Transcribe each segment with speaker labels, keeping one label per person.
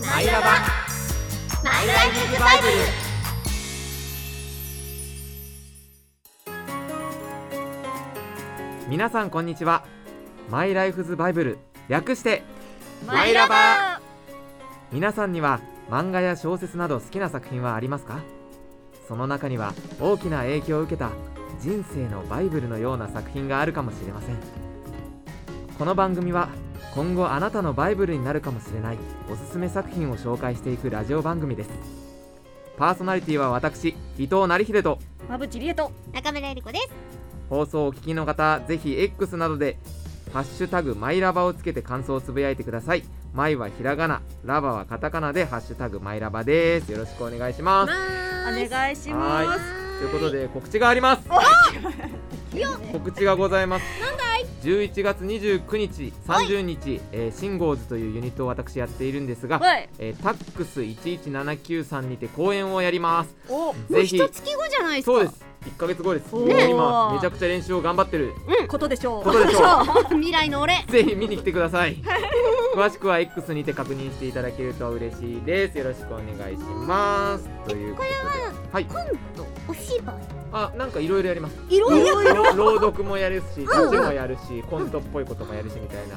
Speaker 1: マイラバ
Speaker 2: マイライフズバイブル
Speaker 1: 皆さんこんにちはマイライフズバイブル略して
Speaker 2: マイラバ
Speaker 1: 皆さんには漫画や小説など好きな作品はありますかその中には大きな影響を受けた人生のバイブルのような作品があるかもしれませんこの番組は今後あなたのバイブルになるかもしれないおすすめ作品を紹介していくラジオ番組ですパーソナリティは私伊藤成秀と
Speaker 3: まぶちりえと
Speaker 2: 中村えり子です
Speaker 1: 放送をお聞きの方ぜひ X などで「ハッシュタグマイラバ」をつけて感想をつぶやいてくださいマイはひらがなラバはカタカナで「ハッシュタグマイラバ」ですよろしくお願いします、
Speaker 3: お
Speaker 2: い
Speaker 3: 願いし
Speaker 1: は
Speaker 3: ま
Speaker 1: ーということで告知があります
Speaker 3: すよっ
Speaker 1: 告知がございます11月29日30日、えー、シンゴーズというユニットを私やっているんですが、
Speaker 3: はい
Speaker 1: えー、タックス1179さんにて公演をやります
Speaker 3: お
Speaker 2: もう
Speaker 1: ぜひ
Speaker 2: 一月後じゃないですか
Speaker 1: そうです1ヶ月後です、
Speaker 3: ね
Speaker 1: もう今めちゃくちゃ練習を頑張ってる
Speaker 3: ことでしょう
Speaker 1: ことでしょ う
Speaker 2: 未来の俺
Speaker 1: ぜひ見に来てください詳しくは X にて確認していただけると嬉しいですよろしくお願いしますということではい
Speaker 2: お芝
Speaker 1: あなんかいろいろやります
Speaker 2: 居いろいろ
Speaker 1: ろ朗読もやるし歌詞もやるしコントっぽいこともやるしみたいな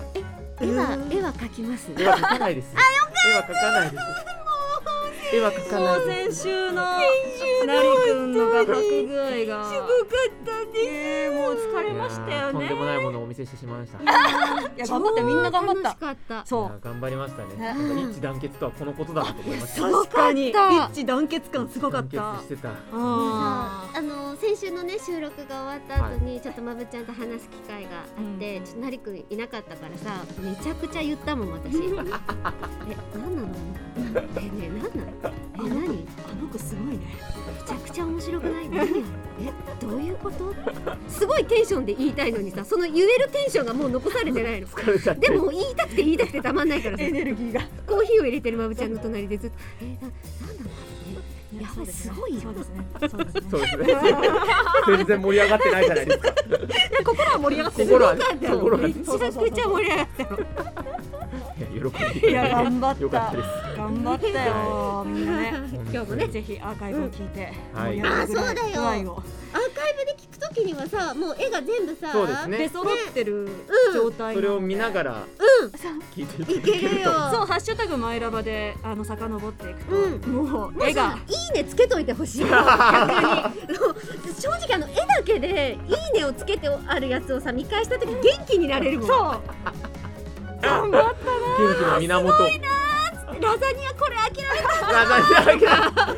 Speaker 2: 絵は絵は描きます
Speaker 1: 絵は描かないです絵は描かないです絵は描かないです
Speaker 3: 先週のなりくんの画角具合が渋かったです、えーもう疲れましたよ
Speaker 1: いやーとん
Speaker 3: ね
Speaker 1: でもないものをお見せしてしまいましたい
Speaker 3: いや頑張ったみんな頑張った
Speaker 2: 楽しかった
Speaker 3: そ
Speaker 1: やー頑張りましたね
Speaker 3: ね
Speaker 1: なんか一致団結とはこのことだなと思いました
Speaker 3: う確かに
Speaker 2: すごかった
Speaker 3: 一致団結感すごかっ
Speaker 1: 団
Speaker 3: た
Speaker 1: 結してた
Speaker 3: あ
Speaker 2: あの先週のね収録が終わった後にちょっとまぶちゃんと話す機会があって、
Speaker 3: うん
Speaker 2: ちょっとなりくんいなかったからさめちゃくちゃ言ったもん 私え何なのえねえ何なのえ何め
Speaker 3: あの子すごいね
Speaker 2: ちゃくちゃ面白くない何あれえどういうことすごいテンションで言いたいのにさその言えるテンションがもう残されてないの
Speaker 1: 疲れちゃって
Speaker 2: でも言いたくて言いたくてたまんないからさ
Speaker 3: エネルギーが
Speaker 2: コーヒーを入れてるまぶちゃんの隣でずっとえななんなのやばいすごいよ
Speaker 3: そうですねそうですね
Speaker 1: そうですね全然盛り上がってないじゃないですか
Speaker 3: 心は盛り上がってる
Speaker 1: 心はね
Speaker 2: なんだ
Speaker 1: 心
Speaker 2: よ
Speaker 1: は
Speaker 2: め
Speaker 1: ね
Speaker 2: ちゃくちゃ盛り上がったの
Speaker 1: いや喜ん
Speaker 3: い
Speaker 1: でい
Speaker 3: や
Speaker 1: ただい
Speaker 3: 頑張った
Speaker 1: てよかったです
Speaker 3: 頑張ったよみんなね
Speaker 2: 今日もね
Speaker 3: ぜひアーカイブを聞いて、
Speaker 1: はい
Speaker 3: 盛り上がるぐらい
Speaker 2: あそうだよ
Speaker 3: 具合を
Speaker 2: アーカイブで聞くときにはさもう絵が全部さ
Speaker 1: そうですね
Speaker 3: 出揃ってる状態
Speaker 1: そ
Speaker 3: なので
Speaker 1: れを見ながら聞いていただけると
Speaker 3: そうハッシュタグマイラバであの遡っていくと、
Speaker 2: うん
Speaker 3: もう
Speaker 2: もう
Speaker 3: 絵が
Speaker 2: さいいねつけといてほ しい逆にあの正直あの絵だけでいいねをつけてあるやつをさ見返したとき元気になれるもん
Speaker 3: そう頑張っ
Speaker 1: 元気の源
Speaker 2: ラザニアこれ諦めた
Speaker 1: ラザニアが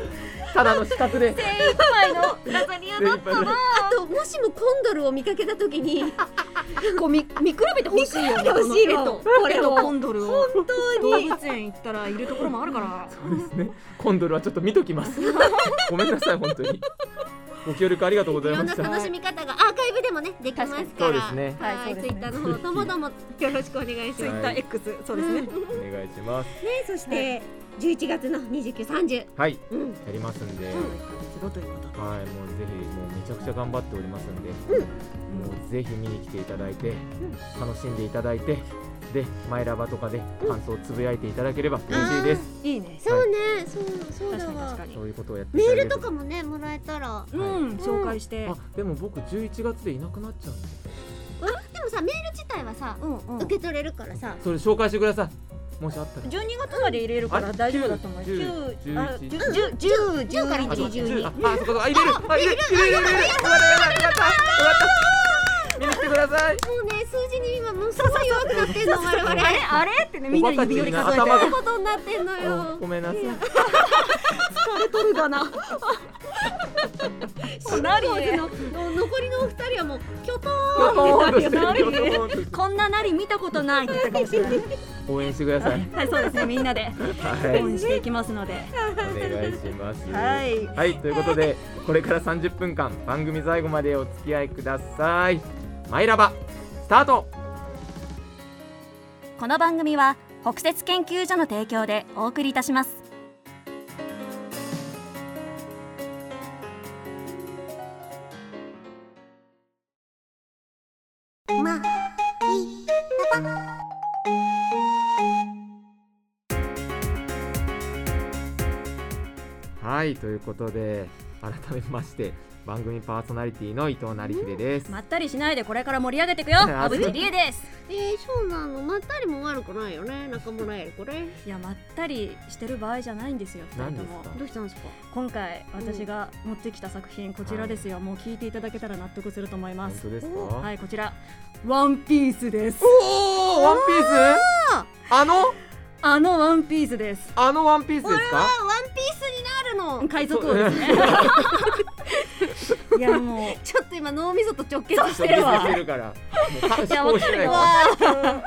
Speaker 1: ただの視覚で
Speaker 3: ていっぱいのラザニアだったな
Speaker 2: あともしもコンドルを見かけたときに
Speaker 3: こう見見比べてほしいよ
Speaker 2: 見比べてほしいわ
Speaker 3: この絵と
Speaker 2: これを
Speaker 3: 絵とコンドルを本当に動物園行ったらいるところもあるから
Speaker 1: そうですねコンドルはちょっと見ときますごめんなさい本当にご協力ありがとうご
Speaker 2: い
Speaker 1: ざい
Speaker 2: ろんな
Speaker 1: ました
Speaker 2: 楽しみ方がアーカイブでもねできますから
Speaker 3: 確
Speaker 1: かにそうですね
Speaker 2: は
Speaker 3: はいい
Speaker 2: ツ
Speaker 3: そ
Speaker 2: イ
Speaker 3: うで
Speaker 2: ッ
Speaker 3: すね
Speaker 2: ターの方ともどもよろしくお願いし
Speaker 3: ツイ
Speaker 2: ま
Speaker 3: ッター X そうですね、
Speaker 2: うん
Speaker 1: お願いします
Speaker 2: すねそして11月の29、30
Speaker 1: はい
Speaker 2: うん
Speaker 1: やりますんで、
Speaker 2: うん
Speaker 3: すごいということで
Speaker 1: はいもうぜひもうめちゃくちゃ頑張っておりますんで、もうぜひ見に来ていただいて、楽しんでいただいてでマイラバとかで感想をつぶやいていただければ嬉しいです、
Speaker 3: いいね
Speaker 2: そうねそうそう
Speaker 3: 確
Speaker 2: だ
Speaker 3: かに確
Speaker 2: わ
Speaker 3: かに
Speaker 1: そういうことをやってい
Speaker 2: メ
Speaker 1: ただ
Speaker 2: ー
Speaker 1: け
Speaker 2: ル
Speaker 1: る
Speaker 2: とかもねもらえたら
Speaker 3: う
Speaker 1: はい
Speaker 3: ん、紹介して
Speaker 1: あでも僕11月でいなくなっちゃうんです
Speaker 2: でもさメール自体はさ
Speaker 3: うんうん
Speaker 2: 受け取れるからさ
Speaker 1: それ紹介してくださいもしあったら
Speaker 3: 12月まで入れるから大丈夫だと思います
Speaker 1: 10
Speaker 3: 10あ
Speaker 1: 11
Speaker 3: 10 10 10から
Speaker 1: あ、そう
Speaker 3: 1
Speaker 1: 10
Speaker 3: 12
Speaker 1: あ、あそこそこ、あ、入れる、あ、入れる、入れる、入れる、入れる、終わった、終わった、終わった、見に来てください。
Speaker 2: もうね数字に今もうすごい弱くなってんの我々
Speaker 3: あれ
Speaker 2: っ
Speaker 3: あれってねみんな
Speaker 1: おばたち
Speaker 3: 指折り
Speaker 1: が
Speaker 3: 数えて
Speaker 1: 頭が
Speaker 2: てことになってんのよ
Speaker 1: ごめんなさ い。
Speaker 3: 疲れとるが な
Speaker 2: シンボ ーズのの残りのお二人はもうきょと
Speaker 1: キョトーンとしてる
Speaker 3: 何
Speaker 1: キョトーンと
Speaker 3: こんななり見たことないって言ったかもしれない
Speaker 1: 応援してください。
Speaker 3: はい、そうですね。みんなで
Speaker 1: は
Speaker 3: 応
Speaker 1: い、
Speaker 3: 援していきますので。
Speaker 1: お願いします。
Speaker 3: はい
Speaker 1: はい、ということで、これから30分間、番組最後までお付き合いください。マイラバ、スタート。
Speaker 4: この番組は北節研究所の提供でお送りいたします
Speaker 1: はいということで改めまして番組パーソナリティの伊藤成秀です、
Speaker 3: まったりしないでこれから盛り上げていくよ
Speaker 1: あ
Speaker 3: 阿部理恵です
Speaker 2: えー、そうなのまったりも悪くないよね中村エルこれ
Speaker 3: いやまったりしてる場合じゃないんですよ二
Speaker 1: 何
Speaker 3: 人
Speaker 1: で
Speaker 3: と
Speaker 1: す
Speaker 3: も
Speaker 1: か
Speaker 2: どうしたんですか
Speaker 3: 今回私が持ってきた作品こちらですよ、もう聞いていただけたら納得すると思いま
Speaker 1: 本
Speaker 3: す
Speaker 1: 当ですか
Speaker 3: はいこちらワンピースです
Speaker 1: おおワンピースあの
Speaker 3: あのワンピースです
Speaker 1: あのワンピースですか
Speaker 2: ワンピースになるの
Speaker 3: 海賊王ですね いやもう
Speaker 2: ちょっと今脳みそと直結し
Speaker 1: ちょ
Speaker 2: てる
Speaker 1: っと見
Speaker 2: わ
Speaker 1: せてるからもうか
Speaker 3: いや
Speaker 1: 思考してないから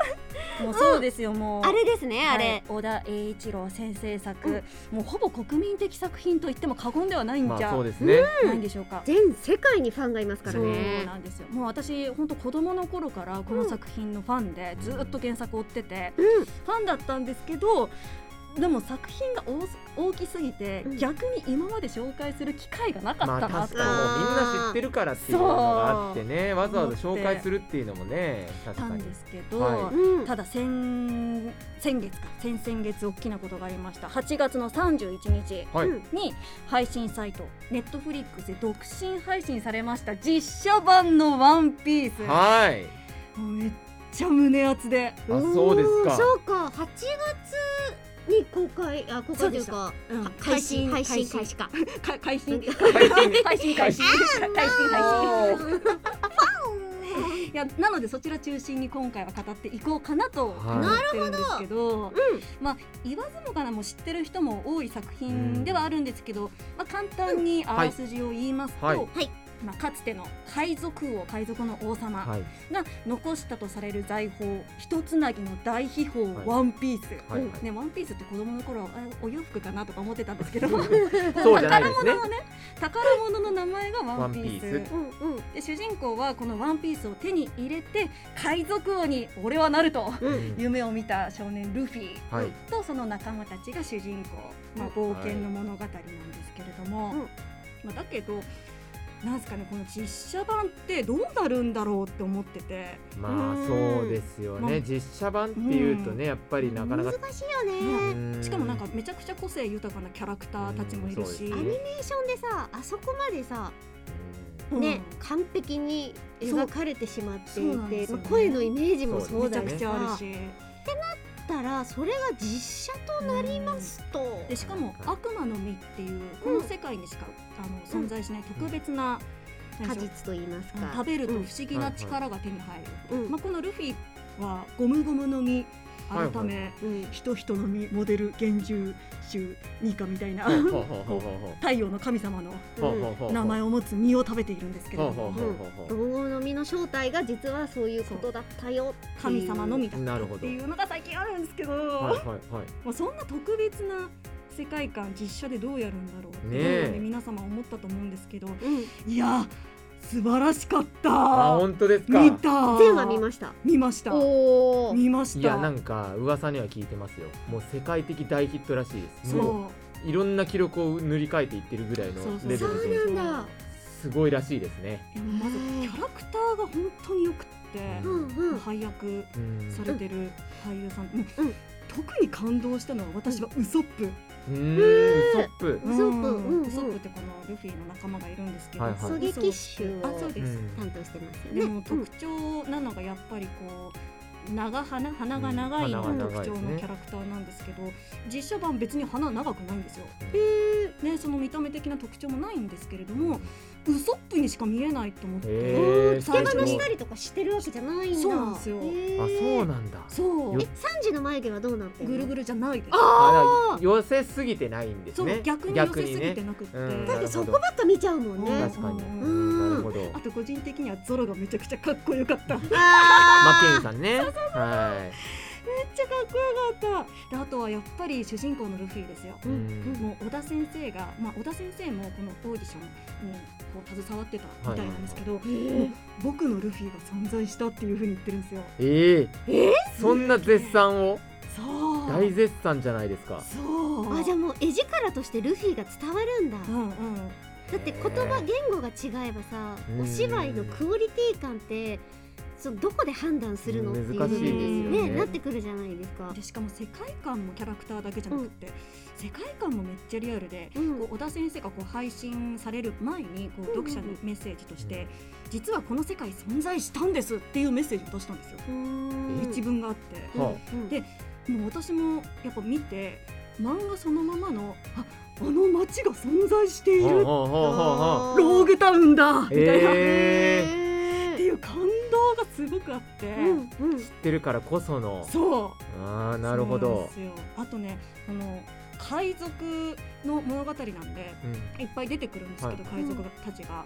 Speaker 3: もうそうですよもう
Speaker 2: あれですねあ
Speaker 3: はい
Speaker 2: れ、
Speaker 3: 小田栄一郎先生作、
Speaker 2: うん
Speaker 3: もうほぼ国民的作品と言っても過言ではないん
Speaker 1: ま
Speaker 3: じ
Speaker 1: あ
Speaker 3: ゃ
Speaker 1: そうですね
Speaker 3: ないんでしょうか、
Speaker 2: 全世界にファンがいますから
Speaker 3: そう
Speaker 2: ね
Speaker 3: なんですよもう私本当子供の頃からこの作品のファンで、
Speaker 1: うん
Speaker 3: ずっと原作を追ってて、
Speaker 2: うん
Speaker 3: ファンだったんですけどでも作品が多す大きすぎて、
Speaker 2: うん
Speaker 3: 逆に今まで紹介する機会がなか
Speaker 1: ま
Speaker 3: っ
Speaker 1: あ
Speaker 3: たなっ
Speaker 1: 確
Speaker 3: て、
Speaker 1: かにもうみんな知ってるからっていうのがあってねわざわざ紹介するっていうのもね確
Speaker 3: た
Speaker 1: か
Speaker 3: ん
Speaker 1: に
Speaker 3: ですけど、
Speaker 1: は
Speaker 2: うん
Speaker 3: ただ先先月か先々月大きなことがありました8月の31日
Speaker 1: はい、
Speaker 2: うん
Speaker 3: に配信サイトネットフリックスで独身配信されました実写版の「ワンピース
Speaker 1: はい
Speaker 3: もうめっちゃ胸熱で、
Speaker 1: あそうですか
Speaker 2: おーそうか8月に公開あ公開というか
Speaker 3: うん
Speaker 2: 配信配
Speaker 3: 配
Speaker 2: 信
Speaker 3: 信
Speaker 2: 開始か
Speaker 3: か配信
Speaker 1: 配信
Speaker 3: 配信開始配信配信いやなのでそちら中心に今回は語っていこうかなと思
Speaker 1: はい
Speaker 3: ってるんですけど、
Speaker 2: うん
Speaker 3: まあ言わずもがなも知ってる人も多い作品ではあるんですけど、まあ簡単にあらすじを言いますと、
Speaker 1: はいはい
Speaker 3: まあかつての海賊王海賊の王様、
Speaker 1: はい
Speaker 3: が残したとされる財宝ひとつなぎの大秘宝、
Speaker 1: はい
Speaker 3: ワンピース、
Speaker 1: はいはい
Speaker 3: ね、ワンピースって子供の頃はあお洋服かなとか思ってたんですけど
Speaker 1: そうじゃないで
Speaker 3: 宝
Speaker 1: すね
Speaker 3: 物のね宝物の名前がワンピース
Speaker 1: ワンピー
Speaker 2: うんうん
Speaker 3: で主人公はこのワンピースを手に入れて海賊王に俺はなると
Speaker 2: う
Speaker 1: うんん
Speaker 3: 夢を見た少年ルフィ
Speaker 1: はい
Speaker 3: とその仲間たちが主人公、まあ、冒険の物語なんですけれども、
Speaker 2: うん
Speaker 3: まあ、だけどなんですかねこの実写版ってどうなるんだろうって思ってて。
Speaker 1: まあそうですよ
Speaker 3: う
Speaker 1: ね
Speaker 3: ん
Speaker 1: 実写版っていうとねやっぱりなかなか
Speaker 2: 難しいよね
Speaker 1: う
Speaker 3: しかもなんかめちゃくちゃ個性豊かなキャラクターたちもいるし、
Speaker 1: うん
Speaker 2: ア
Speaker 1: そう
Speaker 2: ニ
Speaker 1: で
Speaker 2: メーションでさあそこまでさ
Speaker 1: う
Speaker 2: ね、完璧に描かれてしまって
Speaker 3: そうそうなん
Speaker 2: い
Speaker 3: で
Speaker 2: て、
Speaker 3: すよ
Speaker 2: ま
Speaker 3: ね
Speaker 2: あ、声のイメージも
Speaker 3: うん
Speaker 2: そ
Speaker 3: め
Speaker 2: う
Speaker 3: ち
Speaker 2: だ
Speaker 3: ゃ
Speaker 2: け
Speaker 3: く
Speaker 2: ど
Speaker 3: ちゃある
Speaker 2: さ
Speaker 3: し、
Speaker 2: だったらそれが実写となりますと、
Speaker 3: でしかも悪魔の実っていうこの世界にしか、あの存在しない特別な、何
Speaker 2: 果
Speaker 3: でしょう
Speaker 2: 実と言います
Speaker 3: あの
Speaker 2: か
Speaker 3: 食、べると不思議な力が手に入る、
Speaker 2: うん
Speaker 3: まあ、このルフィはゴムゴムの実
Speaker 1: はいはい
Speaker 3: 改め、
Speaker 2: うん、
Speaker 3: 人々の実モデル幻獣種ニカみたいな
Speaker 1: んほうほうほうほうほ
Speaker 3: 太陽の神様の
Speaker 1: うほうほうほう
Speaker 3: 名前を持つ実を食べているんですけれ
Speaker 1: ほう
Speaker 3: ど
Speaker 1: ほう
Speaker 3: も
Speaker 1: ほうほうほう
Speaker 2: 道具の実の正体が実はそういうことだったよっていう
Speaker 3: 神様の実だ
Speaker 1: な
Speaker 3: っ
Speaker 1: る
Speaker 3: た
Speaker 1: ほ
Speaker 3: っ
Speaker 1: ど
Speaker 3: ていうのが最近あるんですけど。
Speaker 1: はいはいはい
Speaker 3: まあ、そんな特別な世界観実写でどうやるんだろうって、
Speaker 1: ねえ
Speaker 3: ね、皆様思ったと思うんですけど
Speaker 2: うん、
Speaker 3: いや素晴らしかっ
Speaker 1: あ
Speaker 3: た
Speaker 1: 本当ですか
Speaker 3: 見た
Speaker 2: 全話見ました
Speaker 3: 見ました
Speaker 2: おー
Speaker 3: 見ました
Speaker 1: いやなんか噂には聞いてますよもう世界的大ヒットらしいですも
Speaker 3: そう
Speaker 1: いろんな記録を塗り替えていってるぐらいの
Speaker 3: そうそう
Speaker 1: レベ
Speaker 2: そ
Speaker 1: ルで
Speaker 2: うなんだ
Speaker 1: すごいらしいですね
Speaker 3: いやまずキャラクターが本当によくって、
Speaker 2: うんうん
Speaker 3: 配役
Speaker 1: うん
Speaker 3: されてる俳優さん、もう
Speaker 2: うん
Speaker 3: 特に感動したのは私はウソップ、
Speaker 1: うーんトップ
Speaker 2: ウソップ
Speaker 3: うん
Speaker 2: うんうん
Speaker 3: ウソップってこのルフィの仲間がいるんですけど、
Speaker 1: はいはい
Speaker 2: 狙撃手
Speaker 3: あそう
Speaker 2: を
Speaker 3: です、
Speaker 1: うん
Speaker 2: 担当してますよね
Speaker 3: でも特徴なのがやっぱりこう長鼻鼻が長いの
Speaker 1: うん
Speaker 3: が
Speaker 1: 鼻が長いで
Speaker 3: 特
Speaker 1: すね
Speaker 3: 徴のキャラクターなんですけど、実写版別に鼻長くないんですよ、ね、その見た目的な特徴もないんですけれどもウソップにしか見えないと思って、
Speaker 1: へ
Speaker 2: うん
Speaker 1: えー
Speaker 2: つけば
Speaker 3: 最
Speaker 2: な
Speaker 3: 初
Speaker 2: したりとかしてるわけじゃないんだ
Speaker 3: そうなんですよ
Speaker 2: へー
Speaker 1: あそうなんだ
Speaker 3: そう
Speaker 1: よ
Speaker 2: え三時の眉毛はどうなってる
Speaker 3: ぐ
Speaker 2: の
Speaker 3: るぐるじゃないです
Speaker 1: あだから寄せすぎてないんです
Speaker 3: そう
Speaker 1: ね
Speaker 3: 逆に寄せすぎてなくって、
Speaker 1: 逆にねうん
Speaker 2: だってそこばっか見ちゃうもん
Speaker 3: なる
Speaker 2: ね
Speaker 1: 確かに
Speaker 3: うん
Speaker 1: うんなるほど
Speaker 3: あと個人的にはゾロがめちゃくちゃかっこよかった
Speaker 1: マ
Speaker 2: あ
Speaker 1: ッケンさんねは
Speaker 3: めっちゃかっこよかったであとはやっぱり主人公のルフィですよ
Speaker 1: いうん
Speaker 3: もう小田先生が、まあ、小田先生もこのオーディションにこう携わってたみたいなんですけど、もう僕のルフィが存在したっていうふうに言ってるんですよ。
Speaker 1: ええそんな絶賛を
Speaker 3: そう
Speaker 1: 大絶賛じゃないですか
Speaker 3: そう
Speaker 2: あじゃあもう絵力としてルフィが伝わるんだ
Speaker 3: うんうん
Speaker 2: だって言葉言語が違えばさ
Speaker 1: うん
Speaker 2: お芝居のクオリティ感ってそうどこで判断するのっていう
Speaker 1: 難しいですよね
Speaker 2: ねなってくるじゃないですか
Speaker 3: でしかも世界観もキャラクターだけじゃなくて、世界観もめっちゃリアルで、
Speaker 2: うん
Speaker 3: こう小田先生がこう配信される前にこう
Speaker 2: うんうん
Speaker 3: 読者にメッセージとして、実はこの世界存在したんですっていうメッセージを出したんですよ、
Speaker 2: うん
Speaker 3: 一文があって
Speaker 1: は
Speaker 2: うん
Speaker 3: でもう私もやっぱ見て漫画そのままのああの街が存在してい
Speaker 1: ほうほう
Speaker 3: る
Speaker 1: ほうほうほう
Speaker 3: ローグタウンだみたいな、
Speaker 1: えー、
Speaker 3: って
Speaker 2: え
Speaker 3: いう感動がすごくあって、
Speaker 2: うんうん
Speaker 1: 知ってるからこその
Speaker 3: そう
Speaker 1: ああなるほど
Speaker 3: そうなんですよあとねこの海賊の物語なんでいっぱい出てくるんですけど、
Speaker 1: は
Speaker 3: 海賊たちが、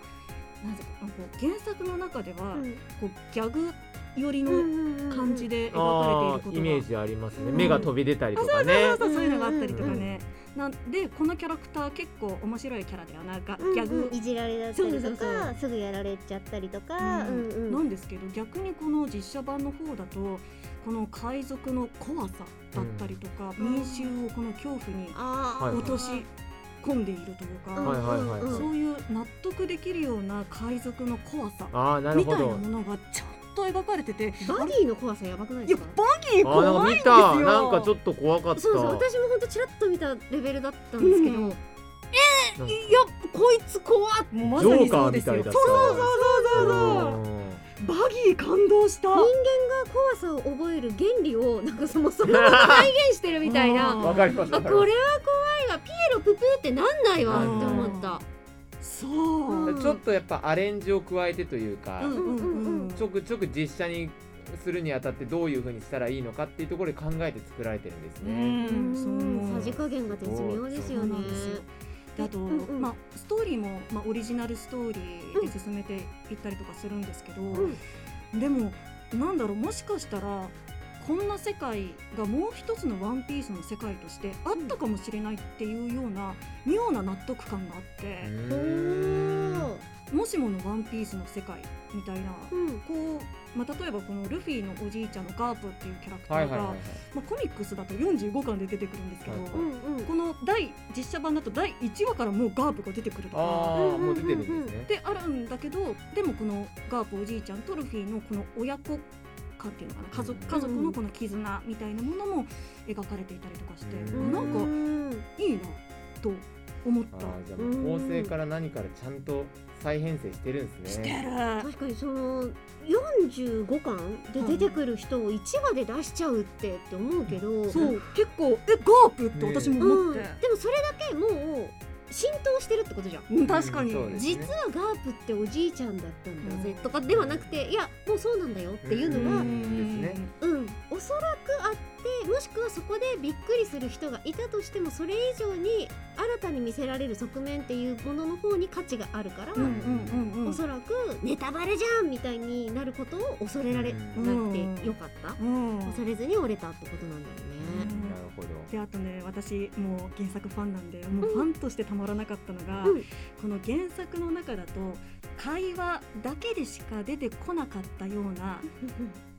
Speaker 3: なぜかこう原作の中では、こうギャグ寄り
Speaker 2: う
Speaker 3: の
Speaker 2: ん
Speaker 3: 感じ
Speaker 2: で
Speaker 1: う
Speaker 3: で
Speaker 1: ん、
Speaker 3: 描かれ
Speaker 1: あ
Speaker 3: て
Speaker 1: あ
Speaker 3: いることが、
Speaker 1: イメージありますね、
Speaker 3: うん
Speaker 1: 目が飛び出たりとかね
Speaker 3: そうそうそういうのがあったりとか
Speaker 1: うんうん
Speaker 3: ね、なんでこのキャラクター結構面白いキャラだよながギャグ
Speaker 2: いじられだったりとか
Speaker 3: そうそうそう
Speaker 2: すぐやられちゃったりとか、う
Speaker 3: う
Speaker 2: んんうん
Speaker 3: なんですけど逆にこの実写版の方だとこの海賊の怖さだったりとか、
Speaker 2: うん
Speaker 3: 民衆をこの恐怖に
Speaker 2: あー
Speaker 1: はい
Speaker 3: 落とし込んでいるというか、
Speaker 2: うん
Speaker 1: はいはいはい
Speaker 2: うんうん
Speaker 3: そういう納得できるような海賊の怖さ
Speaker 1: ああなる
Speaker 3: み
Speaker 1: ほ
Speaker 3: たいな
Speaker 1: ど
Speaker 3: ものがちゃんと描かれてて
Speaker 2: バディの怖さやばくない
Speaker 3: い
Speaker 2: で
Speaker 3: や
Speaker 2: すか
Speaker 3: バギー
Speaker 1: あーなん
Speaker 3: 怖
Speaker 1: か見
Speaker 3: いんですよ
Speaker 1: たなんかちょっと怖かった
Speaker 2: そうそう私も本当ちらっと見たレベルだったんですけど、
Speaker 3: う
Speaker 2: い
Speaker 1: な
Speaker 3: ん
Speaker 1: んか
Speaker 3: いやこいつ怖っもうまさにそうですよ
Speaker 1: ジョーカーみたいだった
Speaker 3: そうそうそうそう
Speaker 1: うん
Speaker 3: そうバギー感動した
Speaker 2: や怖さを覚える原理をなんかそもそも再現してるみたい
Speaker 3: うん
Speaker 2: な
Speaker 1: わかりまし
Speaker 2: あ
Speaker 1: た
Speaker 2: これは怖いわピエロププってなんないわって思った
Speaker 3: そう、
Speaker 2: うん
Speaker 1: ちょっとやっぱアレンジを加えてというか、
Speaker 3: うんうんうん
Speaker 1: ちょくちょく実写にするにあたってどういうふうにしたらいいのかっていうところで考えて作られてるんです
Speaker 3: う
Speaker 1: ね。
Speaker 3: んそう思う
Speaker 2: さじ加減が絶妙ですよ
Speaker 3: そう
Speaker 2: ね
Speaker 3: なんですよであと、
Speaker 2: うんうん
Speaker 3: まあ、ストーリーも、まあ、オリジナルストーリーで進めていったりとかするんですけど、
Speaker 2: ん
Speaker 3: でもなんだろうもしかしたらこんな世界がもう一つの「ワンピースの世界としてあったかもしれないっていうような妙な納得感があって、
Speaker 2: おー
Speaker 3: もしもの「ワンピースの世界みたいな。
Speaker 2: うん
Speaker 3: こうまあ、例えばこのルフィのおじいちゃんのガープっていうキャラクタ
Speaker 1: はい
Speaker 3: ー
Speaker 1: は
Speaker 3: が、
Speaker 1: いはいはい。
Speaker 3: まあ、コミックスだと45巻で出てくるんですけど、
Speaker 1: はい
Speaker 2: うんうん
Speaker 3: この第実写版だと第1話からもうガープが出てくるとか
Speaker 1: ああ、もう出てるんです
Speaker 3: っ
Speaker 1: ね。
Speaker 3: てあるんだけどでもこのガープおじいちゃんとルフィのこの親子かっていうのかな家族
Speaker 1: うん
Speaker 3: 家族のこの絆みたいなものも描かれていたりとかして、
Speaker 1: うん
Speaker 3: なん
Speaker 2: う
Speaker 3: か
Speaker 2: ん
Speaker 3: いいなと思っ
Speaker 1: あ
Speaker 3: た。
Speaker 1: あ、じゃあもう構成から何からちゃんと再編成してるんです
Speaker 3: して
Speaker 1: ね。
Speaker 3: る
Speaker 2: 確かにその45巻で出てくる人を1話で出しちゃうってって思うけど、
Speaker 3: そう結構えガープって私も
Speaker 2: う
Speaker 3: 思
Speaker 2: ん、
Speaker 3: っ
Speaker 2: で
Speaker 3: て、
Speaker 2: もそれだけもう浸透してるってことじゃん
Speaker 3: うん確かに、
Speaker 1: うんそうですね
Speaker 2: 実はガープっておじいちゃんだったんだぜ
Speaker 3: うん
Speaker 2: とかではなくていやもうそうなんだよっていうの
Speaker 1: う
Speaker 2: は
Speaker 1: んですね
Speaker 2: うんおそらくあってもしくはそこでびっくりする人がいたとしてもそれ以上に新たに見せられる側面っていうものの方に価値があるから、
Speaker 1: う
Speaker 3: うんうんうんうん
Speaker 2: おそらくネタバレじゃんみたいになることを恐れられなくてよかった、
Speaker 3: うん
Speaker 2: 恐れずに折れたってことなんだろうね。
Speaker 1: なるほど。
Speaker 3: であとね私もう原作ファンなんでもうファンとしてたまらなかったのが、
Speaker 2: うん
Speaker 3: この原作の中だと会話だけでしか出てこなかったような,、なんだ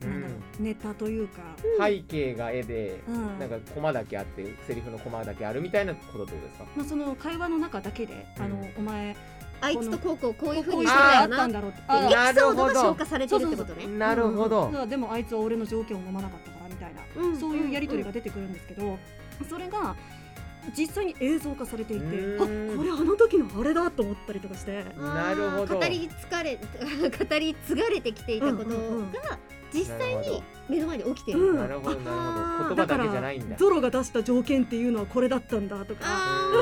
Speaker 3: ろうネタというか、
Speaker 1: 背景が絵で、
Speaker 3: うん
Speaker 1: なんかコマだけあって、セリフのコマだけあるみたいなことってことですか。
Speaker 3: まあ、その会話の中だけで「あの
Speaker 1: うん
Speaker 3: お前
Speaker 2: あいつとこうこうこういうふう
Speaker 3: こう
Speaker 2: に
Speaker 3: いう
Speaker 2: し
Speaker 3: こ
Speaker 2: て
Speaker 3: とが
Speaker 2: たよ
Speaker 3: あった
Speaker 2: なんって
Speaker 3: だろう」って
Speaker 1: あ
Speaker 2: エ
Speaker 1: な
Speaker 2: ピ
Speaker 1: る
Speaker 2: ソ
Speaker 1: ほ
Speaker 2: ー
Speaker 1: ど
Speaker 2: ドが消化されてるってことね。
Speaker 1: なるほど。
Speaker 3: でもあいつは俺の条件を飲まなかったからみたいな、
Speaker 2: うん
Speaker 3: そういうやり取りが出てくるんですけど、それが実際に映像化されていて、
Speaker 1: うん
Speaker 3: あこれあの時のあれだと思ったりとかして。
Speaker 1: なるほど
Speaker 2: 語り疲れ 語り継がれてきていたことが
Speaker 3: うんうんうん
Speaker 2: 実際
Speaker 1: なるほど
Speaker 2: に目の前に起きて
Speaker 3: う
Speaker 2: る。
Speaker 3: ん
Speaker 1: なるほどなる
Speaker 2: あー
Speaker 1: ほど言葉だけじゃないんだ
Speaker 3: ゾロが出した条件っていうのはこれだったんだとか
Speaker 2: あ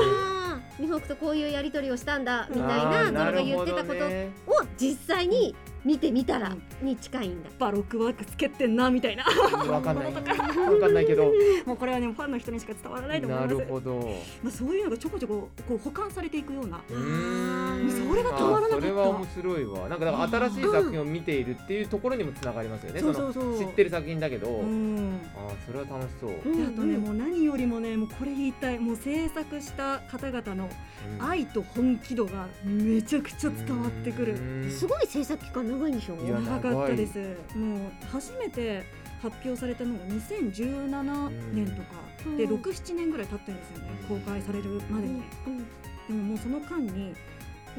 Speaker 2: あ、ミホクとこういうやり取りをしたんだみたい
Speaker 1: あ
Speaker 2: な
Speaker 1: ー
Speaker 2: ゾロが言ってた
Speaker 1: なる
Speaker 2: こ
Speaker 1: ほどね
Speaker 2: とを実際に見てみたら
Speaker 3: うん
Speaker 2: に近いんだ。
Speaker 3: バロックワークつけてんなみたいな
Speaker 1: わかんないわかんないけど
Speaker 3: もうこれはねファンの人にしか伝わらないと思い
Speaker 1: な
Speaker 3: ます
Speaker 1: るほど
Speaker 3: まあ、そういうのがちょこちょここう保管されていくような
Speaker 1: うーん
Speaker 3: それが止まらなかった
Speaker 1: あーそれは面白いわなんかだから新しい作品を見ているっていうところにもつながりますよね
Speaker 3: そう
Speaker 1: の
Speaker 3: そうそう
Speaker 1: 知ってる作品だけど、
Speaker 3: うん
Speaker 1: ああそれは楽しそう、
Speaker 2: う
Speaker 1: うん
Speaker 3: であとね、
Speaker 2: うん
Speaker 3: もう何よりもねもうこれ言いたいもう制作した方々の
Speaker 1: ん
Speaker 3: 愛と本気度がめちゃくちゃ伝わってくる
Speaker 1: うん
Speaker 2: すごい制作期間長いんでしょ。
Speaker 1: いや
Speaker 3: 長かったですもう初めて発表されたのが2017年とか
Speaker 2: うん
Speaker 3: で67年ぐらい経ってるんですよね公開されるまでに
Speaker 2: うん
Speaker 3: でももうその間に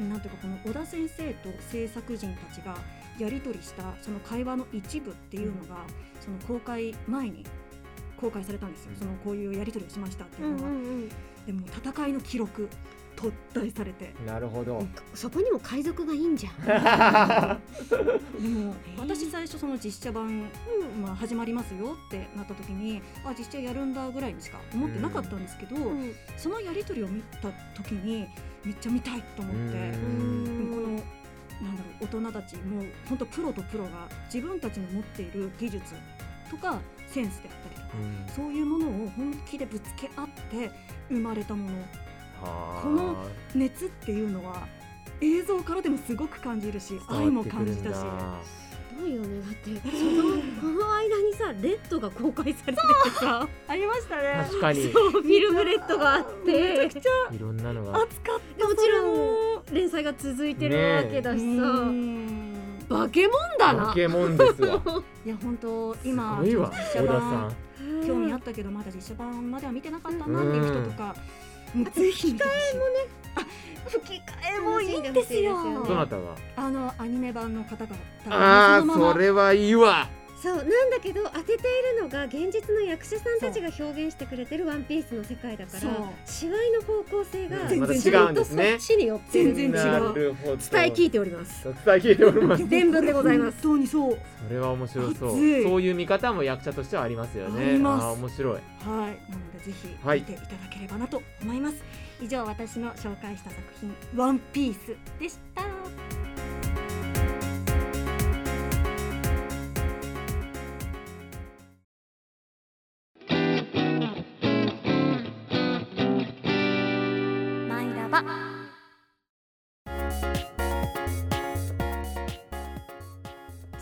Speaker 3: なんていうかこの小田先生と制作人たちがやり取りしたその会話の一部っていうのが、その公開前に公開されたんですよ、
Speaker 1: うん
Speaker 3: そのこういうやり取りをしましたって
Speaker 2: う
Speaker 3: いうんの
Speaker 2: う
Speaker 3: は、
Speaker 2: ん
Speaker 3: でも戦いの記録撤退されて
Speaker 1: なるほ
Speaker 2: う
Speaker 1: ど
Speaker 2: ん、そこにも海賊がいいんじゃん、へえ
Speaker 3: でも私最初その実写版、まあ、始まりますよってなった時にあ実写やるんだぐらいにしか思ってなかったんですけど、
Speaker 2: うん
Speaker 3: そのやり取りを見た時にめっちゃ見たいと思って、
Speaker 1: うん
Speaker 3: でもこのなんだろう大人たちもう本当プロとプロが自分たちの持っている技術とかセンスであったりとか、
Speaker 1: うん
Speaker 3: そういうものを本気でぶつけ合って生まれたもの
Speaker 1: はあ
Speaker 3: この熱っていうのは映像からでもすごく感じるし愛
Speaker 1: 伝わ
Speaker 3: も
Speaker 1: ってくる
Speaker 3: 感
Speaker 1: ん
Speaker 3: じたし。
Speaker 2: すごいよねだってそのこの間にさレッドが公開されててさ
Speaker 3: ありました ね
Speaker 1: 確かに
Speaker 2: そうフィルムレッドがあって
Speaker 3: めちゃくちゃ
Speaker 1: いろんなのが
Speaker 3: 熱かった
Speaker 2: でもちろん連載が続いてるわけだしさ、化け物だな
Speaker 1: 化け物ですわ
Speaker 3: いや本当今
Speaker 1: すごいわ
Speaker 3: 実
Speaker 1: 小田
Speaker 3: 写版
Speaker 1: さ
Speaker 3: 興味あ
Speaker 2: あ
Speaker 3: ったけどまだ実写版までは見てなかったなっていう人とか、もうぜひ吹き替えもねあ吹き替えもいいんですよ
Speaker 2: 楽しんでほ
Speaker 1: ん
Speaker 2: しいですよね
Speaker 1: どなたが
Speaker 3: あのアニメ版の方々が
Speaker 1: あ
Speaker 3: そ
Speaker 1: あ
Speaker 3: のま
Speaker 1: そ
Speaker 3: ま
Speaker 1: れはいいわ
Speaker 2: そうなんだけど当てているのが現実の役者さんたちが表現してくれてる「ワンピースの世界だか
Speaker 3: そう
Speaker 2: ら芝居の方向性が
Speaker 1: うんまた
Speaker 2: ち
Speaker 1: 違
Speaker 2: ょ
Speaker 1: うん
Speaker 2: っ
Speaker 1: で
Speaker 2: と
Speaker 1: す
Speaker 2: そ
Speaker 1: ね
Speaker 2: っちによってる
Speaker 3: 全然違う
Speaker 1: なるほど
Speaker 2: 伝え聞いております
Speaker 1: 伝え聞いております
Speaker 2: 伝聞でございます
Speaker 3: 本当にそう
Speaker 1: それは面白そう
Speaker 3: 熱い
Speaker 1: そういう見方も役者としてはありますよね
Speaker 3: あります
Speaker 1: あー面白い
Speaker 3: はいなのでぜひ
Speaker 1: はい
Speaker 3: 見ていただければなと思います、以上私の紹介した作品ワンピースでした
Speaker 4: マイラバ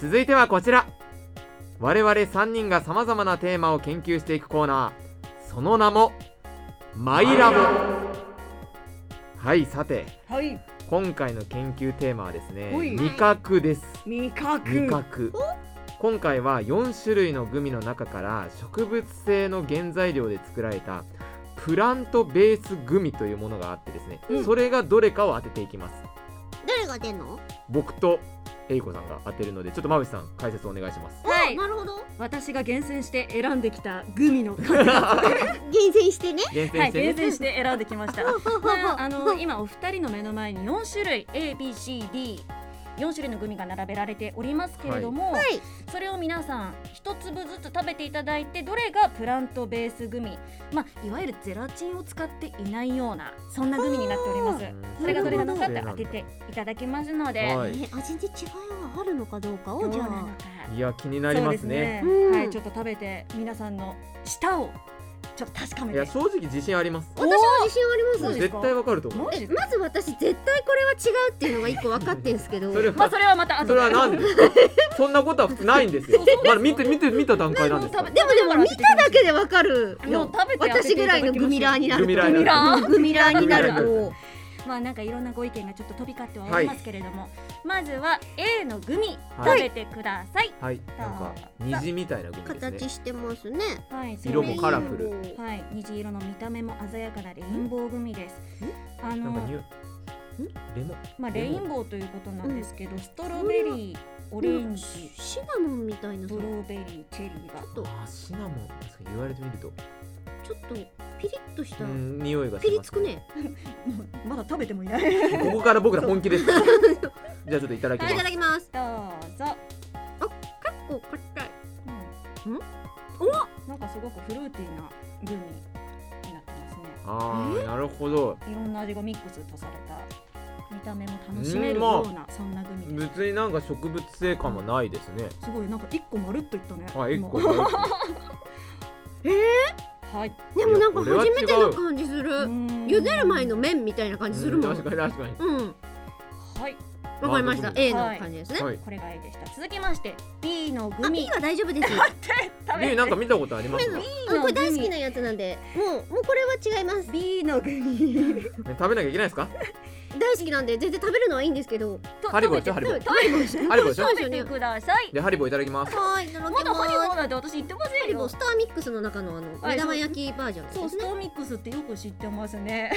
Speaker 1: 続いてはこちら我々3人がさまざまなテーマを研究していくコーナーその名も「マイラボ」はいさて
Speaker 3: はい
Speaker 1: 今回の研究テーマはですね
Speaker 3: はい
Speaker 1: 味覚です
Speaker 3: 味覚
Speaker 1: 味覚今回は4種類のグミの中から植物性の原材料で作られたプラントベースグミというものがあってですね、
Speaker 3: うん
Speaker 1: それがどれかを当てていきます
Speaker 2: 誰が出んの
Speaker 1: 僕とえいこさんが当てるのでちょっと馬渕さん解説お願いします
Speaker 3: はい
Speaker 2: なるほど
Speaker 3: 私が厳選して選んできたグミの数々
Speaker 2: 厳選してね
Speaker 1: 厳選
Speaker 4: は
Speaker 1: し
Speaker 4: い、
Speaker 1: てね
Speaker 4: 厳選して選んできま した。まあ、あの今お二人の目の前に4種類 A、B、C、D 4種類のグミが並べられておりますけれども、
Speaker 2: はい
Speaker 4: それを皆さん一粒ずつ食べていただいてどれがプラントベースグミ、まあ、いわゆるゼラチンを使っていないようなそんなグミになっております
Speaker 1: うん
Speaker 4: それがどれなのかって当てていただきますので、
Speaker 1: はい
Speaker 2: ね味に違いはあるのかどうか
Speaker 4: ど
Speaker 2: を
Speaker 4: う
Speaker 2: じゃ
Speaker 4: なの
Speaker 2: あ
Speaker 4: か
Speaker 1: いや気になりますね
Speaker 3: そうです
Speaker 2: うん
Speaker 3: はいちょっと食べて皆さんの舌をちょっと確かめ
Speaker 1: いや
Speaker 3: て
Speaker 1: 正直自信あります
Speaker 2: 私は自信あります
Speaker 3: そうです
Speaker 1: 絶
Speaker 3: か
Speaker 1: 対わかると思う
Speaker 3: マ
Speaker 2: え
Speaker 3: ジ
Speaker 2: まず私絶対これは違うっていうのが一個分かってんすけど
Speaker 1: それ
Speaker 4: ま
Speaker 1: は
Speaker 4: あそれはまた後で
Speaker 1: それは何ですかそんなことは普通ないんですよまだ見て見て見た段階なんですよ
Speaker 2: でもでも見ただけで分かる
Speaker 4: もう食べて当てて
Speaker 2: 私ぐらいのグミラーになると
Speaker 1: グミラーに
Speaker 4: なる
Speaker 2: うんグミラーになる
Speaker 1: グミラーに
Speaker 2: と
Speaker 4: まあなんかいろんなご意見がちょっと飛び交ってはおりますけれども、まずは A のグミ
Speaker 1: は
Speaker 4: 食
Speaker 1: い
Speaker 4: べてください。
Speaker 1: はいなんか虹みたいなグミですね
Speaker 2: 形してますね
Speaker 4: はい、
Speaker 1: 色もカラフル
Speaker 4: はい、虹色の見た目も鮮やかなレインボーグミです。あ
Speaker 1: なんかニ
Speaker 4: の、
Speaker 1: ュレモン
Speaker 4: まあレインボーということなんですけど、ストロベリー、オレンジ、
Speaker 2: シナモンみたいなさ
Speaker 4: ブルーベリー、チェリー が。
Speaker 2: と
Speaker 1: あーシナモン確かに言われてみると
Speaker 2: ちょっとピリッとした、
Speaker 1: うん匂いがします
Speaker 2: ピリつくね
Speaker 3: まだ食べてもいない
Speaker 1: ここから僕ら本気です じゃあちょっといただき
Speaker 2: は
Speaker 1: ま
Speaker 2: いいた
Speaker 1: す
Speaker 2: だきます
Speaker 4: どうぞ。
Speaker 2: 結構硬い
Speaker 4: うん
Speaker 2: ん
Speaker 4: お、なんかすごくフルーティーなグミになってますね。
Speaker 1: あーなるほど
Speaker 4: いろんな味がミックスとされた。見た目も楽しめるような、そんなグミです。
Speaker 1: 別になんか植物性感もないですね
Speaker 3: すごいなんか一個まるっといったね
Speaker 1: あ一個
Speaker 3: 今
Speaker 4: はい。
Speaker 2: でもなんか
Speaker 1: いやこれは違
Speaker 2: 初
Speaker 1: う
Speaker 2: めての感じする
Speaker 3: うん
Speaker 2: 茹でる前の麺みたいな感じするもん
Speaker 1: 確かに確かに
Speaker 2: うん
Speaker 4: はい。
Speaker 2: わかりました
Speaker 1: 満足
Speaker 2: A の感じですね、
Speaker 1: はい
Speaker 4: これが A でした。続きまして、B のグ
Speaker 2: あ
Speaker 4: ミ
Speaker 2: B。は大丈夫です
Speaker 4: 食べ
Speaker 1: ね
Speaker 4: て
Speaker 1: なんか見たことありますね
Speaker 2: うんこれ大好きなやつなんでもうもうこれは違います
Speaker 3: B のグミ
Speaker 1: 食べなきゃいけないですか
Speaker 2: 大好きなんで全然食べるのはいいんですけど
Speaker 4: と
Speaker 1: ハリボーでしょハリボー
Speaker 4: 食べて 食べて
Speaker 1: ハリボーでしょ
Speaker 4: 食べてください
Speaker 1: でハリボーいただきます
Speaker 2: はいいただきま
Speaker 4: まだハリボ
Speaker 2: す
Speaker 4: ーなんて私言ってま
Speaker 2: ハ
Speaker 4: せん
Speaker 2: リボ
Speaker 4: よ
Speaker 2: ースターミックスの中のあの
Speaker 4: はい
Speaker 2: 目玉焼きバージョンです
Speaker 4: そう
Speaker 2: ね
Speaker 4: ストーミックスってよく知ってますね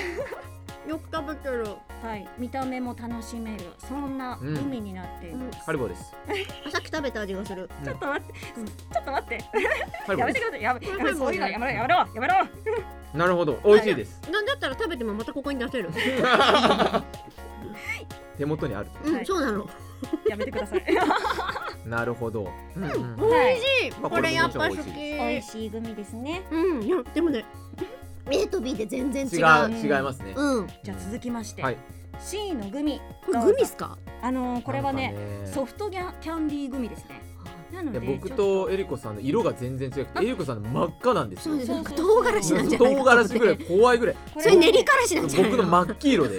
Speaker 2: よく食べてる
Speaker 3: はい、見た目も楽しめるそんな
Speaker 5: うん
Speaker 3: 海になっている、
Speaker 2: うん
Speaker 1: ハリボーです。
Speaker 2: あさっき食べた味がする
Speaker 5: ちょっ
Speaker 3: と待ってちょっと待って
Speaker 1: ハリボーです。
Speaker 3: ださいやめ
Speaker 2: やめそういうのや
Speaker 3: めろやめろやめろ
Speaker 1: なるほど、美味しいです。
Speaker 2: なんだったら食べてもまたここに出せる
Speaker 1: 手元にある。
Speaker 2: うん、
Speaker 3: はい
Speaker 2: そうなの
Speaker 3: やめてください
Speaker 1: なるほど。
Speaker 5: うんうん
Speaker 2: 美
Speaker 3: はい
Speaker 2: 味しい、
Speaker 1: まあ
Speaker 2: これやっぱ好
Speaker 1: これも
Speaker 2: き
Speaker 1: もちろん美味しい
Speaker 3: 美味しいグミですね
Speaker 2: うんいやでもね A と B で全然違
Speaker 1: 違
Speaker 2: う
Speaker 1: う、違いますね。
Speaker 2: うん
Speaker 3: じゃあ続きまして、
Speaker 1: はい
Speaker 3: C のグミ
Speaker 2: これグミっすか
Speaker 3: あのーこれはね
Speaker 1: なんか
Speaker 3: ソフトギャキャンディーグミですねなの
Speaker 1: いや
Speaker 3: で
Speaker 1: 僕
Speaker 3: ちょっ
Speaker 1: とエリコさんの色が全然違くてエリコさんの真っ赤なんです
Speaker 2: そ
Speaker 1: よ
Speaker 2: うですなんか
Speaker 3: そうそ
Speaker 2: 唐
Speaker 3: う
Speaker 2: 辛子なんじゃないか
Speaker 1: 唐辛子ぐらい
Speaker 2: こ
Speaker 1: 怖いぐらい
Speaker 3: こ
Speaker 2: れ
Speaker 3: れ
Speaker 2: それ練り辛子なんじゃない
Speaker 1: 僕の真っ黄色で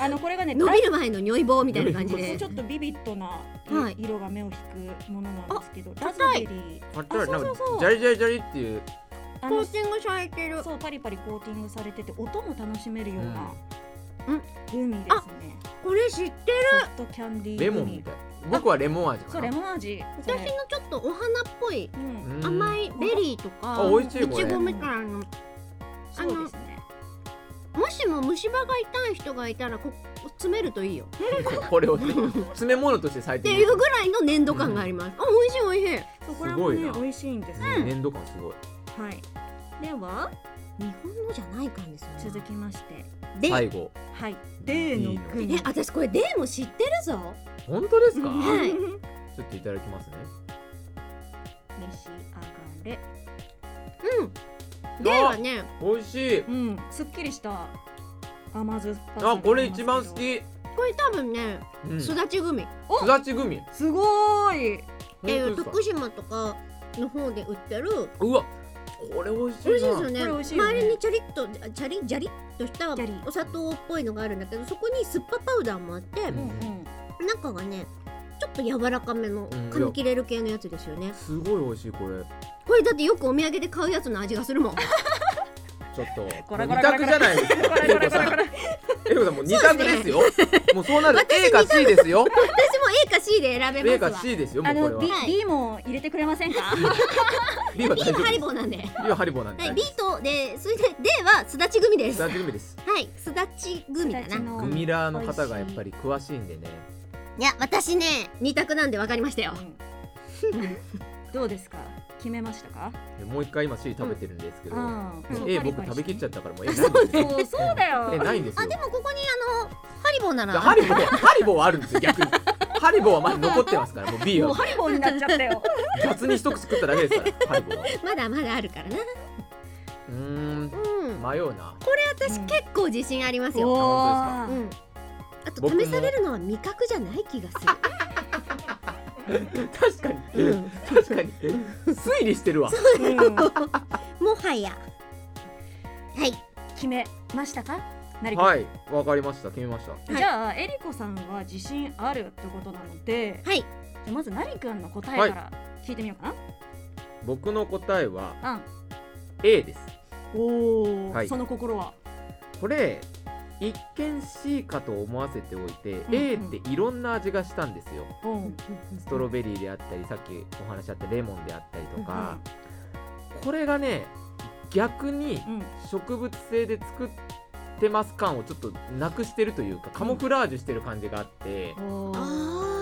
Speaker 3: あのこれがね
Speaker 2: 伸びる前の尿意棒みたいな感じ
Speaker 3: だいぶ
Speaker 2: で
Speaker 3: ちょっとビビッドな
Speaker 2: はい
Speaker 3: 色が目を引くものなんですけど、ラズ
Speaker 2: 硬
Speaker 3: ベ
Speaker 2: い
Speaker 3: リー
Speaker 1: 硬いな
Speaker 3: あそ
Speaker 1: ん
Speaker 3: う
Speaker 1: か
Speaker 3: そう
Speaker 1: ジ
Speaker 3: そ
Speaker 1: ャ
Speaker 3: う
Speaker 1: リジャリジャリっていう
Speaker 3: あ
Speaker 2: コ
Speaker 3: の
Speaker 2: ーティングされてる
Speaker 3: そうパリパリコーティングされてて音も楽しめるような、
Speaker 2: うんうん
Speaker 3: グミですね
Speaker 2: これ知ってる
Speaker 3: ソフトキャンディーグ
Speaker 1: レモンみたい僕はレモン味
Speaker 3: そ
Speaker 1: か
Speaker 3: うレ
Speaker 1: な
Speaker 3: モン味それ
Speaker 2: 私のちょっとお花っぽい
Speaker 3: うん
Speaker 1: うん
Speaker 2: 甘いベリーとか
Speaker 1: あ美味しい
Speaker 2: い
Speaker 1: これ
Speaker 2: ちごみたいなの
Speaker 3: そうですね
Speaker 2: もしも虫歯が痛い人がいたらこ詰めるといいよっ
Speaker 1: これをね詰め物として最
Speaker 2: て
Speaker 1: 適
Speaker 2: いうぐらいの粘土感があります、あ美味しい美味しい
Speaker 3: そうこれもね
Speaker 1: すごいな
Speaker 3: 美味しいんです、
Speaker 1: うん粘土感すごい
Speaker 3: はいでは
Speaker 2: 日本のじゃない感じですよ
Speaker 3: 続
Speaker 2: ね
Speaker 3: きまして
Speaker 2: で、
Speaker 1: 最後
Speaker 3: はいデーのグ
Speaker 2: ね
Speaker 3: ミ
Speaker 2: 私これデーも知ってるぞ
Speaker 1: 本当ですか
Speaker 2: はい
Speaker 1: ちょっといただきますね
Speaker 3: 召し上がれ
Speaker 2: うんデーはね
Speaker 1: 美味しい
Speaker 3: うんすっきりした甘酸っぱさ
Speaker 1: あこれ一番好き
Speaker 2: これ多分ね
Speaker 1: うん
Speaker 2: す
Speaker 1: す
Speaker 2: だち組っ
Speaker 1: だちグミ
Speaker 3: すごーい
Speaker 2: ていう
Speaker 1: 本当ですか
Speaker 2: 徳島とかの方で売ってる
Speaker 1: うわこれ美味しい
Speaker 2: 美味しいです
Speaker 1: な
Speaker 2: よね
Speaker 3: これ美味しいよね
Speaker 2: 周りにチャリッとあチャリジャリッとした
Speaker 3: ジャリ
Speaker 2: お砂糖っぽいのがあるんだけどそこに酸っぱパウダーもあって、
Speaker 1: ん
Speaker 3: うんうん
Speaker 2: 中がねちょっと柔らかめの
Speaker 1: うん
Speaker 2: 噛み切れる系のやつですよね、
Speaker 1: すごい美味しいこれ
Speaker 2: これだってよくお土産で買うやつの味がする もん
Speaker 1: ちょっと
Speaker 3: これ
Speaker 1: 二
Speaker 3: これこれ
Speaker 1: 択じゃないです
Speaker 3: こ
Speaker 1: か
Speaker 3: れこれこれ これ
Speaker 1: エコさんもう二択ですよ。もうそうなると A か C ですよ。
Speaker 2: 私も A か C で選べますわ
Speaker 1: A か C ですよ。も
Speaker 3: あ
Speaker 1: うこれ
Speaker 3: の
Speaker 1: は
Speaker 3: B。
Speaker 2: はい
Speaker 3: B も入れてくれ ませんか
Speaker 1: B は
Speaker 2: B
Speaker 1: 大
Speaker 2: は
Speaker 1: 丈夫
Speaker 2: ハ
Speaker 1: で
Speaker 2: リ
Speaker 1: す。
Speaker 2: ボーなんで、は
Speaker 1: B はハリボーなんで。
Speaker 2: い、B とでそれで D はすだち組です
Speaker 1: 大
Speaker 2: は
Speaker 1: 丈夫です。
Speaker 2: いすだち組か
Speaker 3: すだち
Speaker 2: な
Speaker 3: の
Speaker 1: グミラーの方がやっぱり詳しいんでね。
Speaker 2: いや私ね二択なんで分かりましたよ
Speaker 3: うんどうですか決めましたか
Speaker 1: もう一回今 C 食べてるんですけど、
Speaker 3: うん
Speaker 1: もう A 僕食べきっちゃ
Speaker 3: ゃ
Speaker 1: ったからもう A ないんですよ。
Speaker 3: そうそうだよ
Speaker 1: A ないんです
Speaker 2: あ
Speaker 1: よ
Speaker 2: で。もここにあのハリボーな
Speaker 1: じゃあ
Speaker 2: ら
Speaker 1: ハリボーハリボーはあるんですよ逆に。ハリボーはまだ残ってますからもう B
Speaker 3: もう
Speaker 1: は
Speaker 3: ハリボーになっちゃったよ
Speaker 1: 雑に一口食っただけですからハリボーは。
Speaker 2: まだまだあるからな
Speaker 1: うーん
Speaker 2: うん
Speaker 1: 迷うな。
Speaker 2: 私
Speaker 3: うん
Speaker 2: 結構自信ありますよ、
Speaker 1: 本
Speaker 2: うん、あと
Speaker 1: 僕も
Speaker 2: 試されるのは味覚じゃない気がす
Speaker 1: 確か
Speaker 2: る、
Speaker 1: に確かに推理してるわ。
Speaker 3: うん
Speaker 2: うん、もはやはい
Speaker 3: 決めましたかなりこ
Speaker 1: はいわかりました決めました。
Speaker 3: じゃあえりこさんは自信あるってことなので
Speaker 2: はい
Speaker 3: じゃあまずなりくんの答えから聞いてみようか
Speaker 1: 僕の答えは
Speaker 3: な、
Speaker 1: A です
Speaker 3: うん、おお、
Speaker 1: はい
Speaker 3: その心は
Speaker 1: これ一見 C かと思わせておいて、
Speaker 3: ん
Speaker 1: A っていろんな味がしたんですよ
Speaker 3: うん
Speaker 1: ストロベリーであったりさっきお話しあったレモンであったりとか、これがね逆に
Speaker 3: うん
Speaker 1: 植物性で作ってます感をちょっとなくしてるというかカモフラージュしてる感じがあって、
Speaker 3: おー
Speaker 2: あ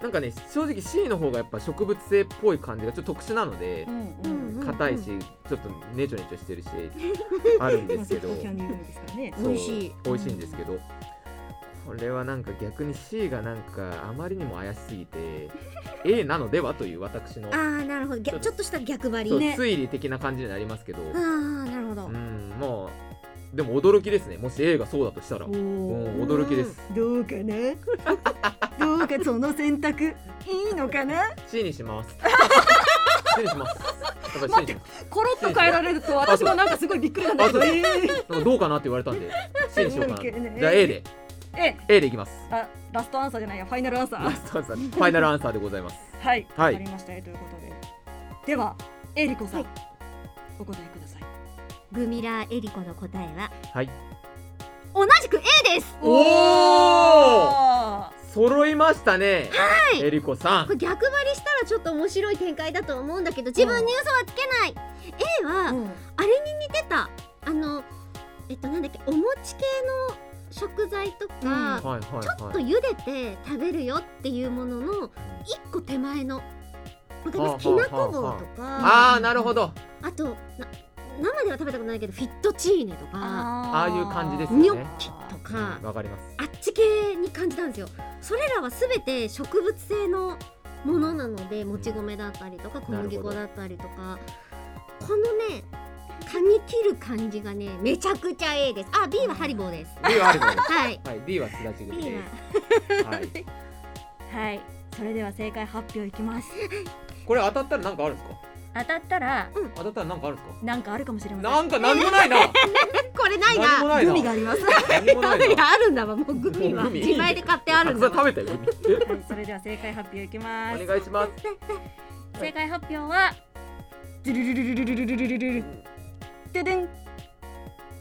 Speaker 1: なんかね正直 C の方がやっぱ植物性っぽい感じがちょっと特殊なので
Speaker 3: う、ん
Speaker 2: ーう
Speaker 3: う
Speaker 2: う
Speaker 3: んん
Speaker 2: ん
Speaker 1: 硬いしちょっとネチョネチョしてるしあるんですけど。
Speaker 6: キャンディーグミですからね
Speaker 1: そう
Speaker 2: 美味しい
Speaker 1: 美味しいんですけど、これはなんか逆に C がなんかあまりにも怪しすぎて A なのではという私の
Speaker 2: あーなるほどぎゃちょっとした逆張り
Speaker 1: そう
Speaker 2: ね
Speaker 1: 推理的な感じになりますけど、
Speaker 2: ああなるほど、
Speaker 1: うんもうでも驚きですねもし A がそうだとしたら、
Speaker 6: お
Speaker 1: うん
Speaker 6: ー
Speaker 1: 驚きです
Speaker 6: どうかな どうかその選択いいのかな
Speaker 1: C にします C にしますやっぱり C にします
Speaker 6: コロッと変えられると私もなんかすごいびっくりなんだけど
Speaker 1: あ
Speaker 6: え
Speaker 1: そう
Speaker 6: ー
Speaker 1: なんかどうかなって言われたんで C にしようかな
Speaker 6: うん
Speaker 1: じゃあ A で
Speaker 3: え
Speaker 1: A でいきます
Speaker 3: あラストアンサーじゃないやファイナルアンサ
Speaker 1: ラ
Speaker 3: ー
Speaker 1: ストアンサー ファイナルアンサーでございます
Speaker 3: はいわ
Speaker 1: は
Speaker 3: か
Speaker 1: い
Speaker 3: りましたよということでではえりこさん、
Speaker 2: は
Speaker 3: お答えください
Speaker 2: グミラーエリコの答えは
Speaker 1: はい
Speaker 2: 同じく A です
Speaker 1: お
Speaker 3: お
Speaker 1: 揃いましたねはいえりこさん
Speaker 2: これ逆張りしたらちょっと面白い展開だと思うんだけど自分に嘘はつけない、A は、
Speaker 3: ーうん
Speaker 2: あれに似てたあのえっとなんだっけお餅系の食材とか、
Speaker 1: はいはい
Speaker 2: ちょっと
Speaker 1: はい
Speaker 2: 茹でて食べるよっていうものの一個手前のわかりますき
Speaker 1: は
Speaker 2: な
Speaker 1: あはあ
Speaker 2: こ棒とかあ
Speaker 1: ああなるほど
Speaker 2: とな生では食べたことないけどフィットチーネとか
Speaker 1: ああいう感じですよね
Speaker 2: ニョッキとか、
Speaker 1: うんわかります
Speaker 2: あっち系に感じたんですよそれらは全て植物性のものなのでもち米だったりとか小麦粉だったりとかこのね噛み切る感じがねめちゃくちゃ A ですあ B はハリボーです
Speaker 1: B はあるので
Speaker 2: はい
Speaker 1: すはい B はすだち
Speaker 2: B
Speaker 1: 組
Speaker 2: は
Speaker 1: ですはい
Speaker 7: はいそれでは正解発表いきます
Speaker 1: これ当たったらなんかあるんですか
Speaker 7: 当たったら
Speaker 1: 当たったらなんかあるんですか
Speaker 7: なんかあるかもしれません
Speaker 1: なんかなんもないな
Speaker 2: これない
Speaker 1: 何も
Speaker 2: な
Speaker 1: ない
Speaker 3: グ
Speaker 1: な
Speaker 3: ミがあります
Speaker 1: 何もないな
Speaker 2: 何があるんだわもうグミは
Speaker 1: グミ
Speaker 2: 自前で買ってあるんだ
Speaker 1: たくさ
Speaker 2: わ
Speaker 1: ん食べたよ
Speaker 7: はい、それでは正解発表いきま
Speaker 1: グ
Speaker 7: す
Speaker 1: ミお願いします
Speaker 7: 正解発表は
Speaker 3: ドゥルルルルルルルルルルルででん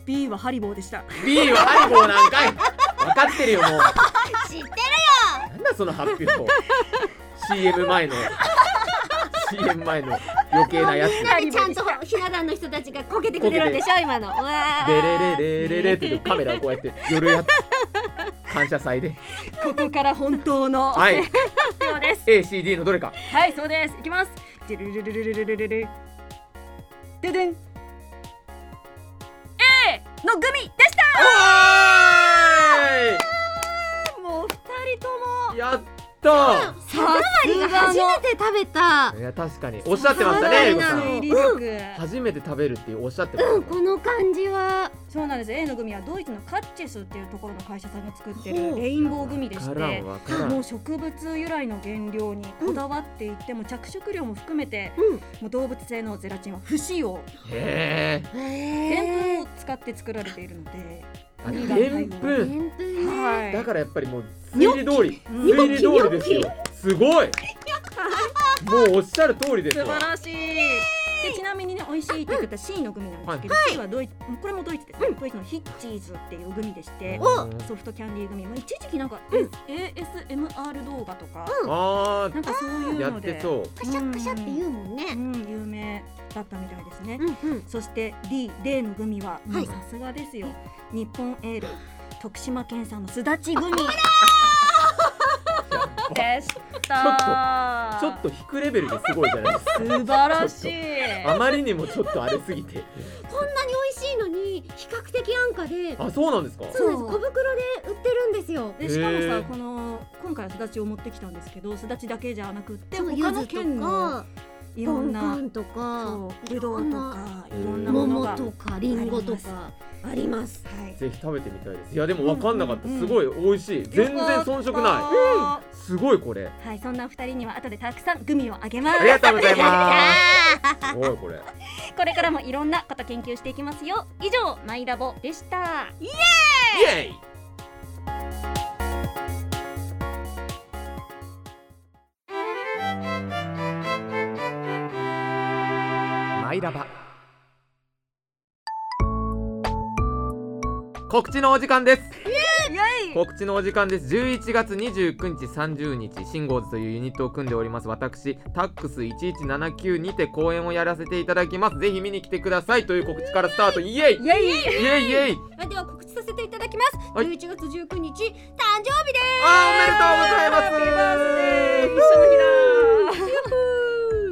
Speaker 3: B はハリボーでした
Speaker 1: B はハリボーなんかい分かってるよもう
Speaker 2: 知ってる
Speaker 1: なんだそ の発表 CM 前の CM 前の余計なやつ
Speaker 2: なんでちゃんとひな壇の人たちがこけてくれるんでしょ今のうわ
Speaker 1: でれれれれれってカメラをこうやって寄るやつ感謝祭 で
Speaker 3: ここから本当の
Speaker 1: はい
Speaker 7: そうです
Speaker 1: ACD のどれか
Speaker 7: はいそうですいきますドゥルルルルルルルルル
Speaker 3: ででん
Speaker 7: A のグミでした
Speaker 1: お
Speaker 3: もう二人とも
Speaker 1: ーいやった
Speaker 3: さす
Speaker 2: ーが初めて食べた
Speaker 1: いや確かにおっしゃってました
Speaker 2: そう
Speaker 1: ねエイコ
Speaker 2: な
Speaker 1: さ
Speaker 2: の
Speaker 1: ん
Speaker 3: 推理力、
Speaker 1: 初めて食べるっておっしゃってま
Speaker 2: うん
Speaker 1: し
Speaker 2: この感じは
Speaker 3: そうなんです A のグミはドイツのカッチェスっていうところの会社さんが作って
Speaker 2: ほ
Speaker 3: る
Speaker 2: う
Speaker 3: レインボーグミで
Speaker 1: た
Speaker 3: し
Speaker 1: わから
Speaker 3: て
Speaker 1: んわから
Speaker 3: も
Speaker 1: ん
Speaker 3: う植物由来の原料にこだわっていて、もう着色料も含めて
Speaker 2: う
Speaker 3: もう動物性のゼラチンは不使用
Speaker 1: へえ
Speaker 2: ん
Speaker 3: でんぷん
Speaker 2: へ
Speaker 3: を使って作られているので
Speaker 1: あ
Speaker 3: いい
Speaker 1: でん
Speaker 2: え
Speaker 1: ぷん
Speaker 2: んぷんね
Speaker 3: はい
Speaker 1: だからやっぱりもう推理通り
Speaker 3: ニョ
Speaker 1: 推理通りですよすごいもうおっしゃる通りです
Speaker 3: 素
Speaker 1: わ
Speaker 3: 晴らしいでちなみにね美味しいって言ってた C のグミなんですけど、C はドイツこれもドイツですね、ドイツのヒッチーズっていうグミでして
Speaker 1: お
Speaker 3: ソフトキャンディーグミ、まあ、一時期なんか、
Speaker 2: うん
Speaker 3: ASMR 動画とか、
Speaker 1: あ
Speaker 3: なんかそういう
Speaker 1: ーや
Speaker 3: の
Speaker 1: って
Speaker 3: で
Speaker 1: そう
Speaker 2: カシャカシャって言うもん
Speaker 3: う
Speaker 2: ね
Speaker 3: ん、有名だったみたいですね、
Speaker 2: うんうん
Speaker 3: そして D、D のグミはも
Speaker 2: は
Speaker 3: う
Speaker 2: い
Speaker 3: さすがですよ、日本エール徳島県産のすだちグミ
Speaker 7: でした
Speaker 1: ちょっと引くレベルですごいじゃないですか
Speaker 7: 素晴らしい
Speaker 1: あまりにもちょっとあれすぎて
Speaker 2: こんなに美味しいのに比較的安価で
Speaker 1: あそうなんですか
Speaker 2: そうなんです
Speaker 3: そ
Speaker 2: 小
Speaker 3: う
Speaker 2: 袋で売ってるんですよ
Speaker 3: でしかも
Speaker 1: へ
Speaker 3: さ
Speaker 1: ー
Speaker 3: この今回はすだちを持ってきたんですけどすだちだけじゃなくって
Speaker 2: その
Speaker 3: 他の県のい
Speaker 2: 柚
Speaker 3: ろ
Speaker 2: 子
Speaker 3: ん
Speaker 2: とか
Speaker 3: な
Speaker 2: ボンとか
Speaker 3: そうぶどうと
Speaker 1: い
Speaker 3: かい
Speaker 1: ろ
Speaker 3: ろん
Speaker 1: ん
Speaker 3: な
Speaker 1: な
Speaker 3: もの
Speaker 2: 桃
Speaker 3: が
Speaker 2: とかリンゴとかあります
Speaker 3: はい
Speaker 1: ぜひ食べてみたいですいやでも分かんなかった、
Speaker 3: うんうん
Speaker 1: すごい美味しい全然遜色ない
Speaker 3: は
Speaker 1: すごいこれ
Speaker 3: いそんな二人には後でたくさんグミをあげます
Speaker 1: ありがとうございますすごいこれ
Speaker 7: これからもいろんなこと研究していきますよ以上マイラボでした
Speaker 1: イエイ
Speaker 8: マイラバ告知のお時間です告知のお時間です11月29日30日シンゴーズというユニットを組んでおります私タックス1179にて公演をやらせていただきますぜひ見に来てくださいという告知からスタートイエイイエイイエイイエイ
Speaker 2: あでは告知させていただきます、
Speaker 1: はい
Speaker 2: 11月19日誕
Speaker 1: あーおめでとうございます
Speaker 2: 生日で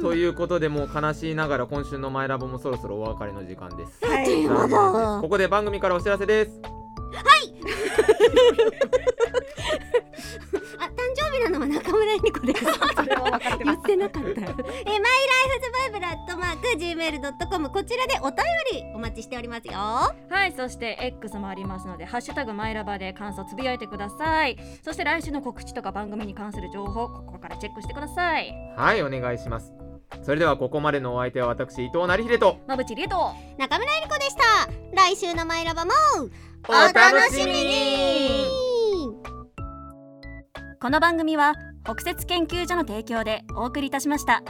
Speaker 2: す
Speaker 1: ということでもう悲しいながら今週の「マイラボ」もそろそろお別れの時間です
Speaker 3: はい
Speaker 1: 残念ですここで番組からお知らせです
Speaker 2: あ誕生日なのは中村恵美子です
Speaker 3: それは分かって
Speaker 2: 言
Speaker 3: ま
Speaker 2: っ
Speaker 3: す
Speaker 2: てなかっ た。えー、マイライフズバイブルアットマーク gmail ドットコムこちらでお便りお待ちしておりますよ。は
Speaker 7: はいそして X もありますので「ハッシュタグマイラバ」で感想つぶやいてくださいそして来週の告知とか番組に関する情報ここからチェックしてください
Speaker 1: はいお願いしますそれではここまでのお相手は私伊藤成秀と
Speaker 7: まぶちりえと
Speaker 2: 中村えり子でした。来週のマイラバも
Speaker 1: お楽しみに
Speaker 7: この番組は北雪研究所の提供でお送りいたしました